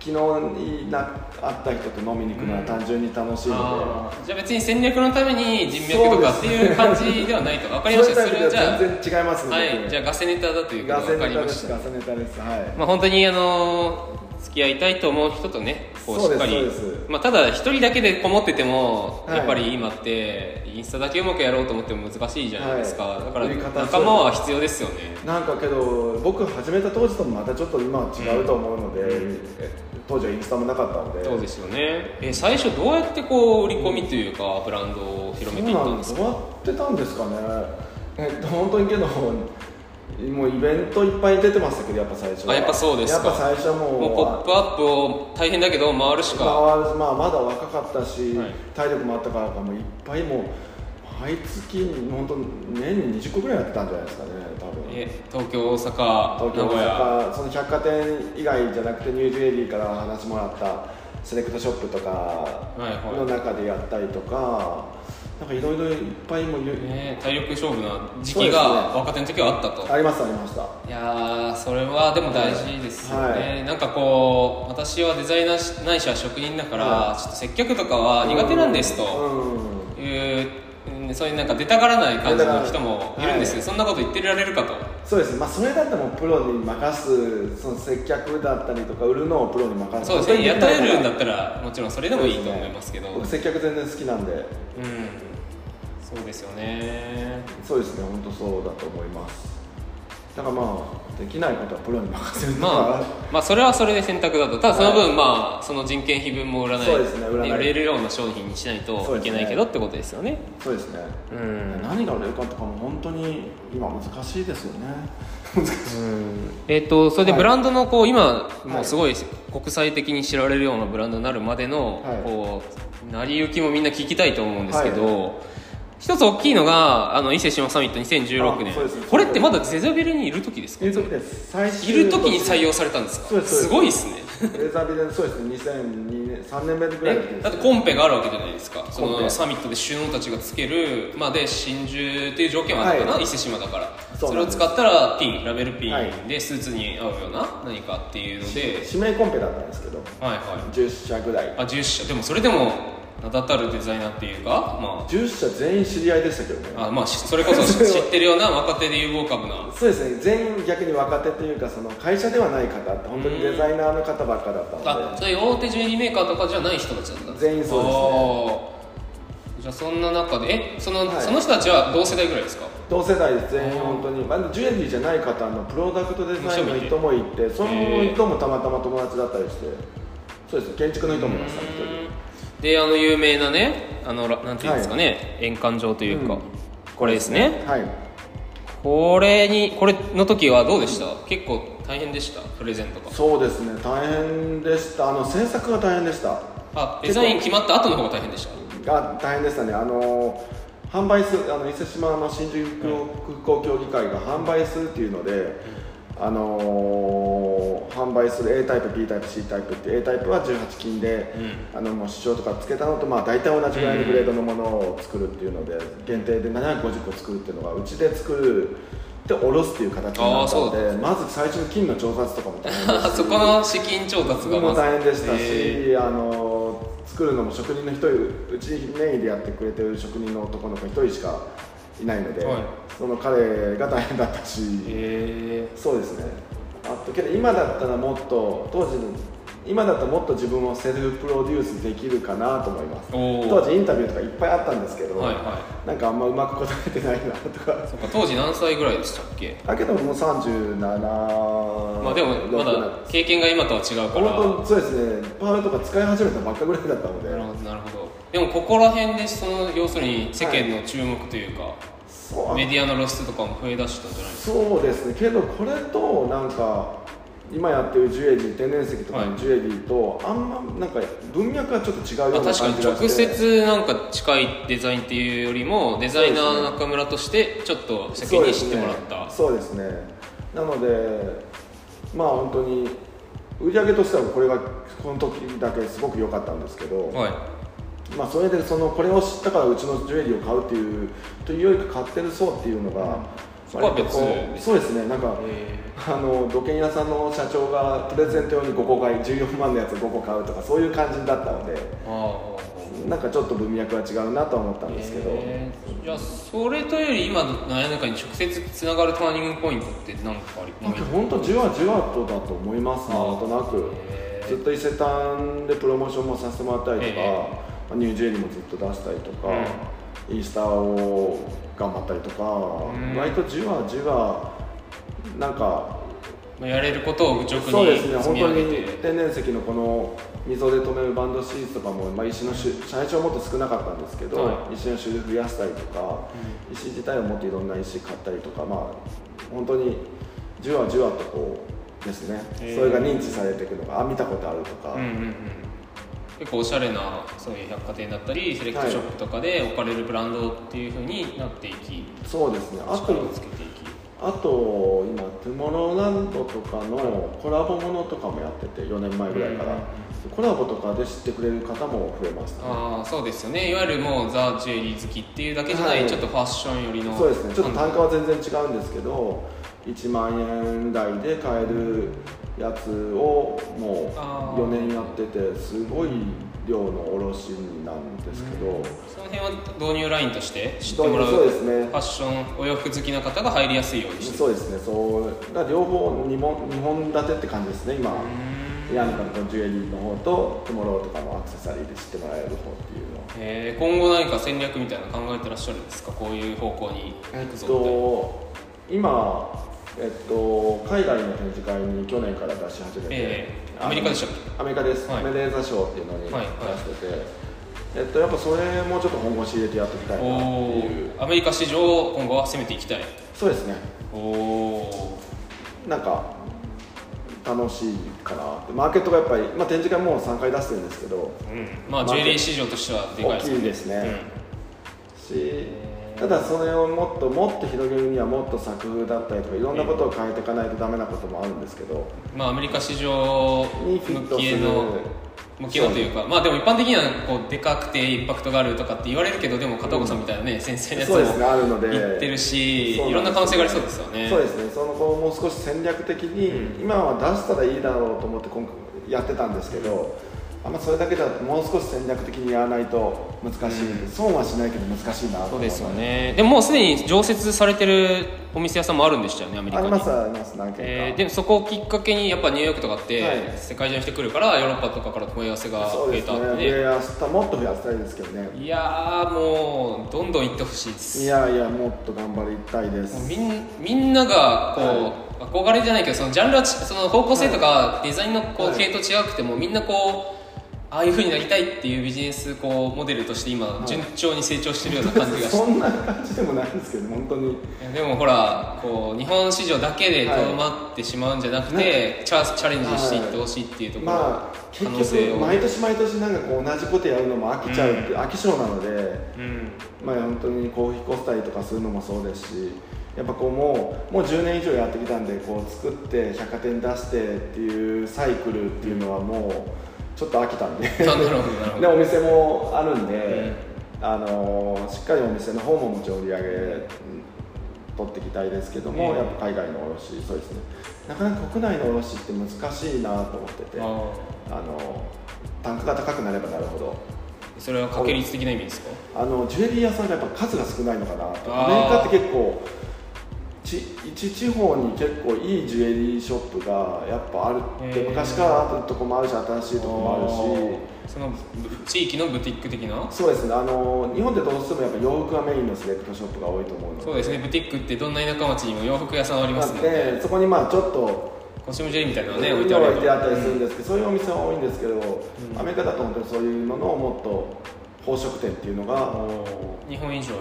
B: 昨日な会った人と飲みに行くのは単純に楽しいの
A: あーじゃあ別に戦略のために人脈とかっていう感じではないと分か
B: で、
A: りました
B: そう
A: そ
B: いう
A: れは
B: タイプ
A: じ
B: で
A: ゃ
B: は全然違います
A: あ
B: ね、
A: はいじゃあガセネタだということ
B: ガ
A: が
B: セ
A: 分か
B: ネ
A: り
B: タ
A: ま
B: で
A: し
B: す
A: た
B: ガセネタですはい
A: まあ本当にあのー付き合いたいと思う人とねこうし
B: そ
A: っ
B: うです
A: かり
B: そうです
A: まあただ一人だけでこもってても
B: はい
A: やっぱり今ってインスタだけうまくやろうと思っても難しいじゃないですか、
B: はい
A: だから
B: 言い方そう
A: 仲間は必要ですよね
B: なんかけど僕始めた当時ともまたちょっと今は違うと思うので、
A: うん
B: え当時はインスタもなかったので
A: そうですよねえ最初どうやってこう売り込みというかブランドを広めていったんですか
B: どうやってたんですかねえっと本当にけどもうイベントいっぱい出てましたけどやっぱ最初は
A: あやっぱそうですか
B: やっぱ最初はもう
A: もう「ポップアップを大変だけど回るし
B: ま
A: か
B: あまあまだ若かったし、
A: はい
B: 体力もあったからかもういっぱいもう毎月に本当年に20個ぐらいやってたんじゃないですかね多分
A: え東京大阪
B: 東京
A: 名古屋
B: 大阪その百貨店以外じゃなくてニュージュエリーから話もらったセレクトショップとか
A: いはい
B: の中でやったりとか、なんかいろいろいっぱいもゆ、
A: ね体力勝負な時
B: そう
A: 期
B: ですね
A: が若手の時はあったと、
B: ありましたありました
A: いやーそれはでも大事ですよね、
B: はい
A: なんかこう私はデザイナーしないしは職人だから、
B: は
A: ちょっと接客とかは苦手なんですと
B: うん
A: いう、うんそういうなんか出たがらない感じの人もいるんですよ、
B: はい
A: そんなこと言ってられるかと
B: そうですね、まあ、それだってもうプロに任すその接客だったりとか売るのをプロに任す
A: そうですね雇えるんだ
B: っ
A: ったらもちろんそれでもいいと思いますけど
B: 僕接客全然好きなんで
A: うんそうですよね
B: そうですね本当そうだと思いますだからまあできないことはプロに任せるとか
A: まあ、まあそれはそれで選択だとただその
B: は
A: 分まあその人件費分も売らない
B: そうですね売らな
A: 売
B: い
A: れるような商品にしない
B: そう
A: とい
B: です
A: け
B: ね
A: ないけどってことですよね
B: そうですね
A: うん
B: 何が売れるかとかも本当に今難しいですよ ね
A: えっとそれで
B: はい
A: ブランドのこう今
B: い
A: もうすごい国際的に知られるようなブランドになるまでの
B: はい
A: こう成り行きもみんな聞きたいと思うんですけ
B: は
A: ど一つ大きいのがあの伊勢志摩サミット2016
B: あそうです
A: 年これってまだゼザビルにいる時ですか
B: いる時です最
A: い
B: 終
A: る時に採用されたんです
B: そう
A: か
B: です
A: すごいですね
B: レーザービデンそうですね2002年3年目ぐらいの時
A: え
B: です
A: だってコンペがあるわけじゃないですかそ
B: コン
A: の
B: ペ
A: サミットで首脳たちがつけるまあで真珠っていう条件はあったかな、
B: はい
A: 伊勢志摩だからそ
B: そう
A: れ
B: なん
A: を
B: です
A: 使ったらピンラベルピ
B: はい
A: ンでスーツに合うような何かっていうので、
B: 指名コンペだったんですけど
A: はいは
B: 10社ぐらい
A: いあ10社でもそれでも名だたるデザイナーっていうかま
B: 10社全員知り合いでしたけどね
A: ああまあしそれこそ 知ってるような若手で有望株な
B: そうですね全員逆に若手というかその会社ではない方って本当にデザイナーの方ばっかだったの
A: あ
B: で
A: そういう大手ジュエリーメーカーとかじゃない人たちだったんですか
B: 全員そうですね
A: あーじゃあそんな中でえその、
B: はい
A: その人たちは同世代ぐらいですか
B: 同世代全員本当にまあジュエリーじゃない方のプロダクトデザインの人もいてその人もたまたま友達だったりしてそうですね建築の人もいました一人
A: であの有名なねあのらなんていうんですかね、円環状というか、
B: うん
A: これですね
B: はい
A: これにこれの時はどうでした、結構大変でしたプレゼントが
B: そうですね大変でしたあの制作が大変でした
A: あデザイン決まった後の方が大変でした
B: が大変でしたねあの販売するあの伊勢志摩の新宿空港協議会が販売するっていうので、あのー販売する A タイプ B タイプ C タイプって A タイプは18金で、あのもう主張とかつけたのとまあ大体同じぐらいのグレードのものを作るっていうので、限定で750個作るっていうのがうちで作るで下ろすっていう形になったの
A: あー
B: でまず最初の金の調達とかも大変でした
A: そこの資金調達
B: そ
A: が
B: れも
A: ず
B: 大変でしたし、
A: え
B: あの作るのも職人の一人うちメインでやってくれてる職人の男の子一人しかいないので、
A: はい
B: その彼が大変だったし、
A: ーえ
B: そうですねあとけど今だったらもっと当時の今だともっと自分をセルフプロデュースできるかなと思います
A: おー
B: 当時インタビューとかいっぱいあったんですけど、
A: はいは
B: なんかあんまうまく答えてないなとか
A: いそっか当時何歳ぐらいでしたっけ
B: だけどもう37ま
A: まあでもまだ経験が今とは違うから
B: 本当そうですねパールとか使い始めたばっかぐらいだったので
A: なるほどなるほどでもここら辺でその要するに世間の注目というか、
B: そう
A: メディアの露出とかも増えだしたんじゃないです
B: そうですねけどこれとなんか今やってるジュエリー天然石とか
A: は
B: の
A: い
B: ジュエリーとあんまなんか文脈がちょっと違うよう
A: か、ま
B: な感
A: あ、
B: じ
A: 確か
B: が
A: に
B: して
A: 直接なんか近いデザインっていうよりもデザイナーの中村としてちょっと先に知ってもらった、
B: そうですねそうですねなのでまあ本当に売り上げとしてはこれがこの時だけすごく良かったんですけど、
A: は
B: まあ、それでそのこれを知ったからうちのジュエリーを買うっていうというよりか買ってる層っていうのが、
A: そこは別
B: 割とこうそうですねなんか、
A: い、え
B: あの土建屋さんの社長がプレゼント用に5個買い14万のやつ5個買うとかそういう感じだったので
A: ー、あ
B: なんかちょっと文脈は違うなとは思った
A: あ
B: んですけど、
A: えーじゃあそれというより今の悩みかに直接つながるターニングポイントって何かあり
B: なんか本当じわじわとだと思いますね
A: あ
B: なんとなく
A: へー
B: ずっと伊勢丹でプロモーションもさせてもらったりとか、
A: え
B: まあニュージュエリーもずっと出したりとか、イースターを頑張ったりとか、
A: ん
B: 割とじわじわなんか
A: まあやれることを愚直
B: そうで
A: に
B: すね、
A: 積
B: 本
A: み
B: 当
A: 上
B: に
A: げて、
B: 天然石のこの溝で止めるバンドシリーズとかも、まあ、石の種最初はもっと少なかったんですけど、
A: は
B: 石の種類増やしたりとか、石自体をもっといろんな石買ったりとか、まあ、本当にじわじわとこうですね、
A: へー
B: それが認知されていくのが、あ見たことあるとか、
A: うんうんうん、結構おしゃれなそういう百貨店だったりセレクトショップとかで置かれるブランドっていうふうになっていき
B: そうですね、あ
A: 力を
B: と
A: つけていき
B: あと今、トゥモローランドとかのコラボものとかもやってて、4年前ぐらいから、
A: うん
B: コラボとかで知ってくれる方も増えましたね。
A: ああそうですよねいわゆるもうザ・ジュエリー好きっていうだけじゃない、
B: はい
A: ちょっとファッション寄りの
B: そうですねちょっと単価
A: は
B: は全然違うんですけど1万円台で買えるやつをもう
A: あー
B: 4年やっててすごい量の卸なんですけど、
A: その辺は導入ラインとして知ってもらう
B: そうですね
A: ファッションお洋服好きな方が入りやすいようにして
B: そうですねそうだから両方2本二本立てって感じですね今ヤンカのジュエリーの方とトゥモローとかのアクセサリーで知ってもらえる方っていうのは
A: えー今後何か戦略みたいなの考えてらっしゃるんですかこういう方向に
B: え
A: 行く
B: っ
A: ぞみたいな
B: と今えっと海外の展示会に去年から出し始めて、
A: ええアメリカでしたっ
B: アメリカです、
A: はい
B: メレーザ賞っていうのに出
A: はいはい
B: してて、えっと、やっぱそれもちょっと本腰入れてやっていきたいなっていう
A: おおアメリカ市場を今後は攻めていきたい
B: そうですね
A: おお
B: なんか楽しいかなってマーケットがやっぱり、まあ、展示会もう3回出してるんですけど
A: うんまあジュエリー市場としてはでかい
B: 大
A: です
B: き
A: ね
B: いですね、
A: うん
B: しただそれをもっともっと広げるにはもっと作風だったりとかいろんなことを変えていかないとダメなこともあるんですけど、
A: まあ、アメリカ市場
B: にフィッ
A: 向
B: トす
A: け
B: る
A: の向けのというかまあでも一般的にはこうでかくてインパクトがあるとかって言われるけどでも片岡さんみたいなね先生のやつも
B: そうですねあるので
A: 言ってるし
B: そうなんですよ
A: いろんな可能性がありそうですよね
B: そうですねその子をもう少し戦略的に、今は出したらいいだろうと思って今回やってたんですけど、あんまそれだけだともう少し戦略的にやらないと難しい、損はしないけど難しいなと
A: そ
B: 思
A: う
B: っ
A: ですよ
B: て
A: ねでももうすでに常設されてるお店屋さんもあるんでしたよねアメリ
B: あ
A: カ
B: り
A: に
B: ますあります何件か、
A: えーでもそこをきっかけにやっぱニューヨークとかって、
B: はい
A: 世界中の人来るからヨーロッパとかから問い合わせが
B: そう
A: 増
B: で
A: え
B: す
A: たっ
B: ね
A: て
B: いやい
A: ね
B: や明日もっと増やしたいですけどね
A: いやーもうどんどん行ってほしいです
B: いやいやもっと頑張りたいです
A: もうみんみんながこう、憧れじゃないけどそのジャンルはちその方向性とかデザインのこ
B: は
A: う
B: い
A: 系統違くても、みんなこうああいうふうになりたいっていうビジネスこうモデルとして今順調に成長してるような感じが して、
B: そんな感じでもないんですけど本当に
A: いやでもほらこう日本市場だけで
B: はい
A: とどまってしまうんじゃなくて、チャチャレンジしていってほしいっていうところ、
B: まあ結
A: 可能性を
B: 局毎年毎年なんかこう同じことやるのも飽きちゃうって、飽き性なので
A: うん
B: まあ、本当にこう引っ越したりとかするのもそうですしやっぱこうもうもう10年以上やってきたんでこう作って百貨店出してっていうサイクルっていうのはもうちょっと飽きたんで
A: なるほどなる ほ
B: で
A: ど
B: お店もあるんで、あのーしっかりお店の方ももちろん売り上げうん取っていきたいですけども、
A: うん
B: やっぱ海外の卸そうですねなかなか国内の卸って難しいなと思ってて、あ
A: あ
B: のー単価が高くなればなるほど
A: ーそれは掛け率的な意味ですか
B: あのジュエリー屋さんがやっぱ数が少ないのかなと
A: あー
B: アメリカって結構ち一地方に結構いいジュエリーショップがやっぱあるって、
A: へー
B: 昔からあるとこもあるし新しいとこもあるし
A: そのぶ地域のブティック的な
B: そうですねあの日本ってどうしてもやっぱ洋服がメインのセレクトショップが多いと思うので
A: そうですねブティックってどんな田舎町にも洋服屋さんありますもんね
B: でそこにまあちょっと
A: コスムジェリーみたいなのね
B: 置
A: 置
B: い
A: い
B: て
A: て
B: あ
A: ある
B: ったりするんですけど、そういうお店は多いんですけど、アメリカだと本当にそういうののもっと宝飾店っていうのが
A: 日本以上に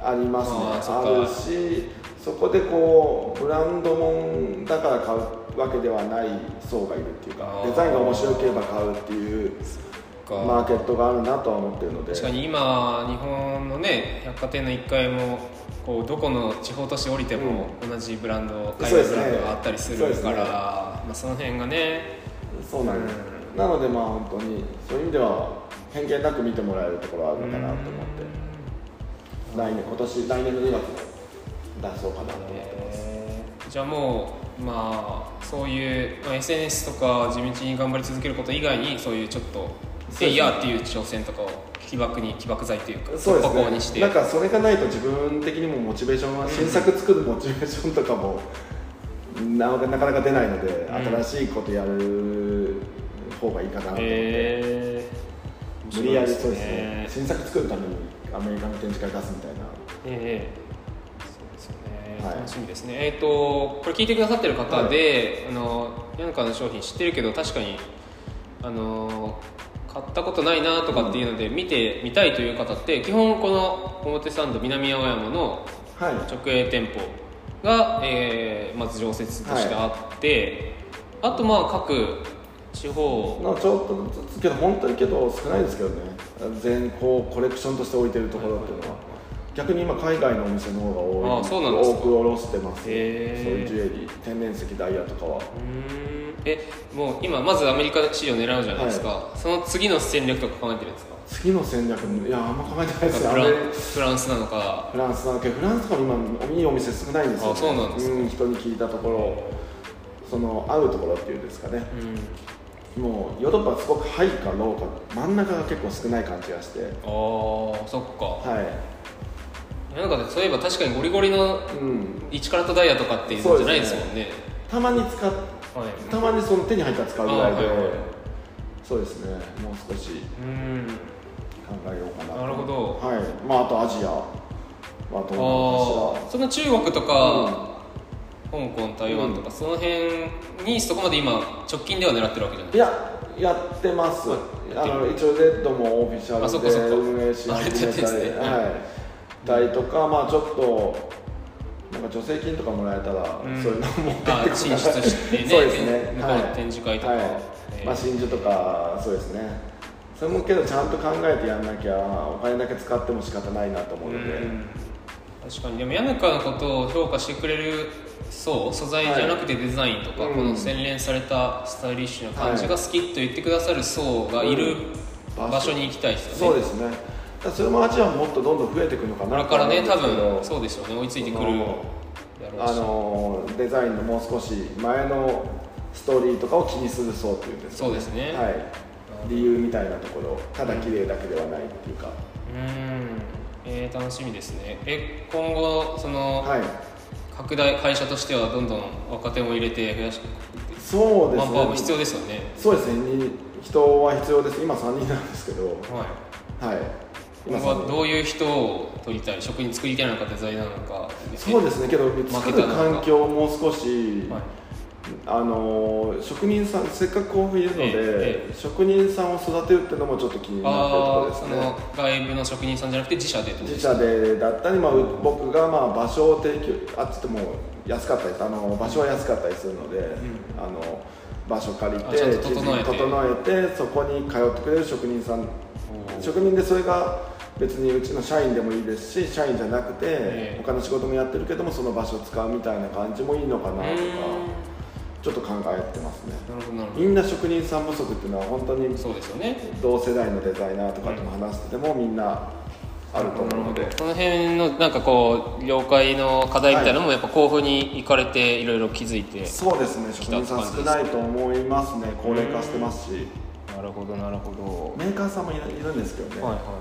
B: ありますね
A: あーそっか
B: あるしそこでこうブランドもんだから買うわけではない層がいるっていうか
A: あー
B: デザインが面白ければ買うっていう
A: か
B: マーケットがあるなとは思ってるので
A: 確かに今日本のね百貨店の1階もこうどこの地方都市降りても同じブランド、海外
B: そうです
A: ブ
B: ね
A: ランドがあったりする
B: そ
A: か
B: う
A: ら
B: ですね
A: まあ、その辺がね
B: そうなんです、
A: う
B: なのでまあ本当にそういう意味では偏見なく見てもらえるところはあるのかなと思って来年今年来年の2月も出そうかなと思ってます、
A: えーじゃあもうまあそういう、まあ、SNS とか地道に頑張り続けること以外にそういうちょっと「
B: そうです
A: せ
B: ね
A: いや」っていう挑戦とかを起爆に起爆剤というか
B: そう
A: 突破口
B: で
A: にし
B: す
A: て
B: ねなんかそれがないと自分的にもモチベーションは新作作るモチベーションとかもななかなか出ないので、
A: うん
B: 新しいことやる方がいいかなと思って、
A: えー
B: 無理やり
A: 面
B: そ
A: 白
B: う
A: い
B: ですね新作作るためにアメリカの展示会出すみたいな
A: ええそうですよね、
B: はい
A: 楽しみですねえっ、とこれ聞いてくださってる方で、あの世の中の商品知ってるけど確かにあの買ったことないなとかっていうので見てみたいという方って基本この表参道南青山の
B: はい
A: 直営店舗が、えーまず常設としてあって、あとまあ各地方
B: まあちょっとずつけど本当にけど少ないですけどね全こうコレクションとして置いてるところっていうのは逆に今海外のお店の方が多い
A: あそうなんですか
B: 多く卸してますそう
A: へー
B: いうジュエリー天然石ダイヤとかは
A: うーんえもう今まずアメリカ市場狙うじゃないですか、その次の戦略とか考えてるんですか
B: 次の戦略もいやあんま考えてないです
A: フ
B: よ
A: ランフランスなのか
B: フランスなんかフランスとかも今いいお店少ないんですよ、ね、
A: あそうなんですか
B: 人に聞いたところその合うところっていうんですかね
A: うん
B: もうヨーロッパはすごくハイかローか真ん中が結構少ない感じがして
A: ああそっか
B: はい
A: なんかねそういえば確かにゴリゴリの
B: うん
A: 1カラットダイヤとかっていうのじゃないですもんね
B: たまに使って
A: はい
B: たまにその手に入ったら使うぐらい
A: あ
B: で、
A: はいはい
B: そうですねもう少し
A: うん
B: 考えようかなと
A: なるほど
B: はいまああとアジアはどうなの
A: あ
B: か
A: あその中国とか、香港台湾とか、その辺にそこまで今直近では狙ってるわけじゃない
B: しらいややってます
A: や
B: あ
A: ってる
B: の一応 Z もオフィシャ
A: あそっ
B: ル
A: かそっか
B: で運営し始め
A: あやってる
B: た
A: ん
B: り
A: ですね
B: はいたりとかまあちょっとなんか助成金とかもらえたら、
A: うん
B: そういうのも
A: あー進出してね
B: そうですね
A: 展向こうの展示会とか
B: はい
A: えー
B: まあ、真珠とかそうですねそれもけどちゃんと考えてやんなきゃお金だけ使っても仕方ないなと思うので、
A: 確かにでも柳川のことを評価してくれるそう素材じゃなくてデザインとか、
B: はいうん
A: この洗練されたスタイリッシュな感じが好きと言ってくださる層がいる
B: うん
A: 場所に行きたいです
B: そ
A: よ
B: う
A: ね、
B: ですねだからそれもアジアももっとどんどん増えていくのか
A: こ
B: な
A: れからね
B: と
A: 多
B: は思
A: 分
B: うんですけど
A: そうですよね追いついてくるだろう
B: あ
A: し
B: のーデザインのもう少し前のストーリーとかを気にする層っていうんですか
A: そうですね、
B: はい、理由みたいなところただ綺麗だけではないっていうか、
A: うんえー楽しみですねえ今後その、
B: はい
A: 拡大会社としてはどんどん若手も入れて増やして
B: そうで
A: マンパ
B: すね
A: ワーも必要ですよね
B: そうですねに人は必要です今3人なんですけど
A: はい
B: はい今
A: 今
B: 三
A: は
B: 人
A: どういう人を取りたい職人作りたいのかデザイナーなのか
B: そうですねけど
A: ター
B: 作る環境をもう少し、
A: はい
B: あのー職人さんせっかくこういうので、
A: えええ
B: 職人さんを育てるっていうのもちょっと気になってるとこ
A: あ
B: ろ
A: あ
B: です
A: そ
B: ね
A: の外部の職人さんじゃなくて自社でってこと
B: 自
A: です
B: 社でだったり、まあ、う僕がまあ場所を提供あっちょっともう安かったりあの場所は安かったりするので、あの場所借り
A: あ
B: て
A: ちゃんと整えて
B: 地図整えてそこに通ってくれる職人さん職人でそれが別にうちの社員でもいいですし社員じゃなくて、
A: ええ
B: 他の仕事もやってるけどもその場所を使うみたいな感じもいいのか
A: う
B: なとか
A: ーん
B: ちょっと考えてますね
A: なるほどなるほ
B: みんな職人さん不足っていうのは本当に
A: どそうですよね
B: 同世代のデザイナーとかとも話しててもみんなあると思うので
A: この辺のなんかこう業界の課題みたいなのもやっぱ甲府に行かれていろいろ気づいて、
B: そうですね職人さん少ないと思いますね高齢化してますし
A: なるほどなるほど
B: メーカーさんもいるいるんですけどね、
A: はいは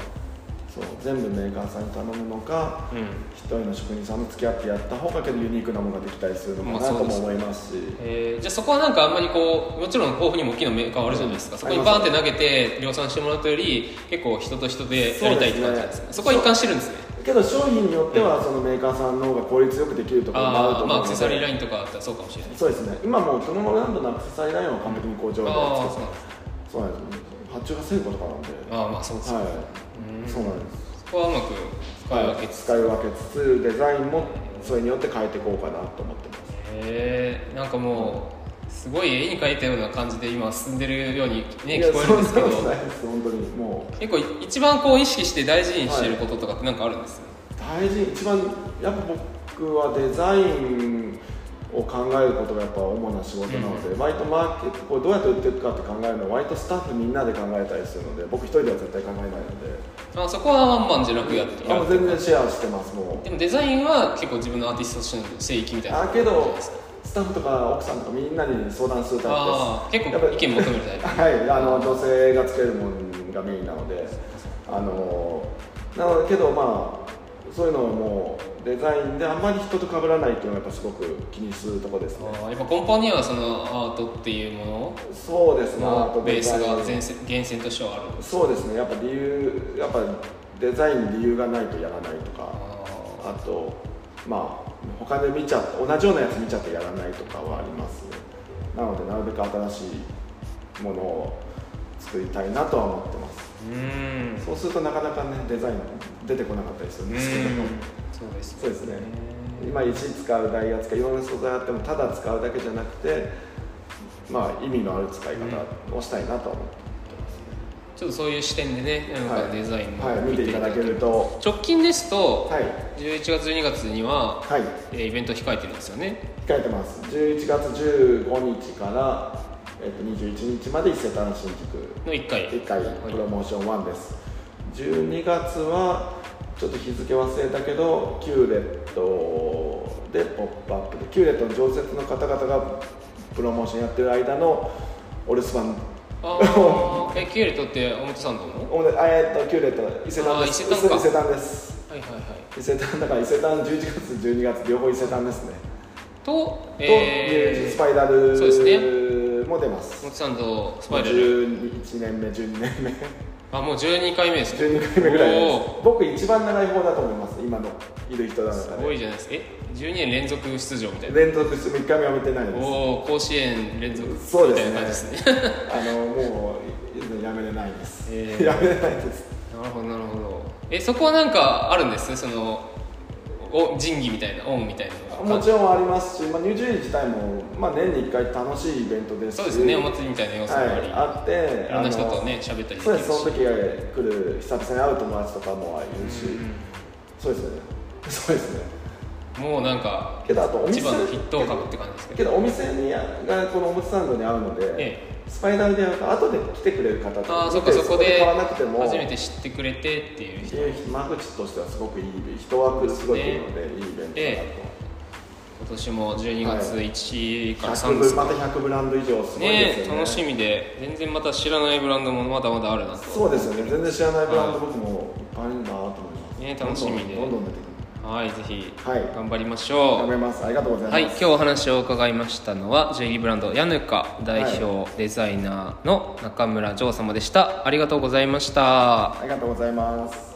B: そそう全部メーカーさんに頼むのか
A: うん
B: 一人の職人さんと付き合ってやった方がけどユニークなものができたりするのかな
A: まあそう
B: と
A: で
B: も
A: す
B: 思いますし、
A: えーじゃあそこはなんかあんまりこうもちろん豊富にも大きなメーカーはあるじゃないですか、
B: うん
A: そこにバーンって投げて量産してもらったより結構人と人でやりたいって感じなんですね
B: そうですね
A: そこは一貫してるんですね
B: けど商品によってはそのメーカーさんの方が効率よくできるところもある
A: あ
B: と
A: あ
B: 思うの
A: まあア
B: で、
A: クセサリーラインとかだったらそうかもしれない
B: そうですね今もうトムモランドのアクセサリーラインは完璧に工場で
A: ああ
B: 作
A: そう
B: っ
A: なん
B: て
A: ですね
B: そうなんですね発注が成功とかなんで
A: ああまあそうですね、
B: はいそうなんです
A: そこはうまく使い分けつつ、
B: 使い分けつつデザインもそれによって変えていこうかなと思ってます
A: へえなんかもうすごい絵に描いたような感じで今進んでるようにね
B: いや
A: 聞こえるんですけど
B: そんなことないです本当にもう
A: 結構一番こう意識して大事にしてることとかってなんかあるんです、
B: 大事一番やっぱ僕はデザインを考えることがやっぱ主な仕事なので、割とマーケットこうどうやって売っていくかって考えるのは割とスタッフみんなで考えたりするので僕一人では絶対考えないので
A: あそこはワンマンじゃなくやって
B: あもう
A: る
B: 全然シェアしてますもう
A: でもデザインは結構自分のアーティストとしての聖域みたいな
B: あけどスタッフとか奥さんとかみんなに相談するタイプです
A: ああ結構意見求めるタイプ
B: はい、あの女性がつけるものがメインなので、あのなのでけど、まあ、そういうのをもうデザインであんまり人と被らないっていうのがやっぱすごく気にするとこですね。
A: ああやっぱ根本にはそのアートっていうも
B: そうですね、
A: の
B: あ
A: の
B: と
A: ベー
B: デ
A: ス
B: ザイン
A: が前線源泉としてはある
B: そうですね、やっぱ理由、やっぱデザインに理由がないとやらないとか、
A: あ
B: あと、まあ、他で見ちゃっ同じようなやつ見ちゃってやらないとかはありますね。なので、なるべく新しいものを作りたいなとは思ってます。
A: ーうん
B: そうするとなかなかねデザイン出てこなかったりするんですけど、
A: そうです
B: そうですね今石使うダイヤ使ういろんな素材あってもただ使うだけじゃなくてまあ意味のある使い方をしたいなと思って、
A: ちょっとそういう視点でねなんかデザイン
B: は
A: も
B: い、見ていただけると
A: 直近ですと
B: はい
A: 11月12月には
B: はい
A: えーイベント控えてるんですよね
B: 控えてます11月15日から、えっと21日まで伊勢丹新宿
A: の1回
B: 1回
A: はい
B: プロモーション1です12月はちょっと日付忘れたけどキューレットで「ポップアップでキューレットの常設の方々がプロモーションやってる間のお留守番
A: ああ えキュウリとって表参道の
B: おめであえっとキューレット伊勢丹で
A: あ
B: す
A: ー伊勢丹か
B: 伊勢丹です
A: はいはいはい
B: 伊勢丹だから伊勢丹11月12月両方伊勢丹ですね、
A: と
B: という
A: え
B: ス
A: ー
B: パイラ
A: そうですね
B: ルも出ます
A: 表参道スパイラル
B: 11年目12年目
A: あもう12回目ですね
B: 12回目ぐらいで
A: お
B: す
A: ー
B: 僕一番長い方だと思います今のいる人の中
A: す
B: で
A: ごいじゃないですかえ12年連続出場みたいな
B: 連続して3日目は見てないで
A: おお甲子園連続
B: すそう
A: み
B: で
A: た
B: す
A: い
B: ね
A: な感じですね
B: あのもうやめれないです、
A: えー
B: やめれないです
A: なるほどなるほどえそこはなんかあるんですそのお神器みたいなオンみたいな
B: もちろんありますし、まあ、入場時自体も、まあ、年に1回楽しいイベントですし
A: そうですねお祭りみたいな要素もあり、
B: はい、あって
A: い、ろんな人
B: あの
A: とね喋ったりでき
B: そう
A: る
B: で
A: し
B: すその時が来る久々に会う友達とかもいるし、そうですねそうですね
A: うんもうなんか
B: けどあとお
A: 一
B: 店
A: 番の筆頭株って感じですけど
B: けどお店にあがこのお餅サンドに合うので、
A: え
B: スパイラルでやると後で来てくれる方とか
A: ああそっか
B: 見て
A: そこで
B: 買わなくても
A: 初めて知ってくれてっていう
B: って
A: 人
B: いう間口としてはすごくいい人枠すごいいいので、いいイベントだと、
A: 今年も12月
B: は
A: 1から
B: 100
A: 3
B: ブ
A: です
B: また100ブランド以上すごいです
A: ね
B: よね
A: 楽しみで全然また知らないブランドもまだまだあるなと
B: そうですよね全然知らないブランド僕もいっぱいあるんだなと思います
A: ね楽しみで
B: どんどん出て
A: はいぜひ
B: はい
A: 頑張りまし
B: くるや
A: ょ
B: めますありがとうございうます、
A: はい今日お話を伺いましたのはジュエリーブランドヤヌカ代表デザイナーの中村城様でしたありがとうございました
B: ありがとうございます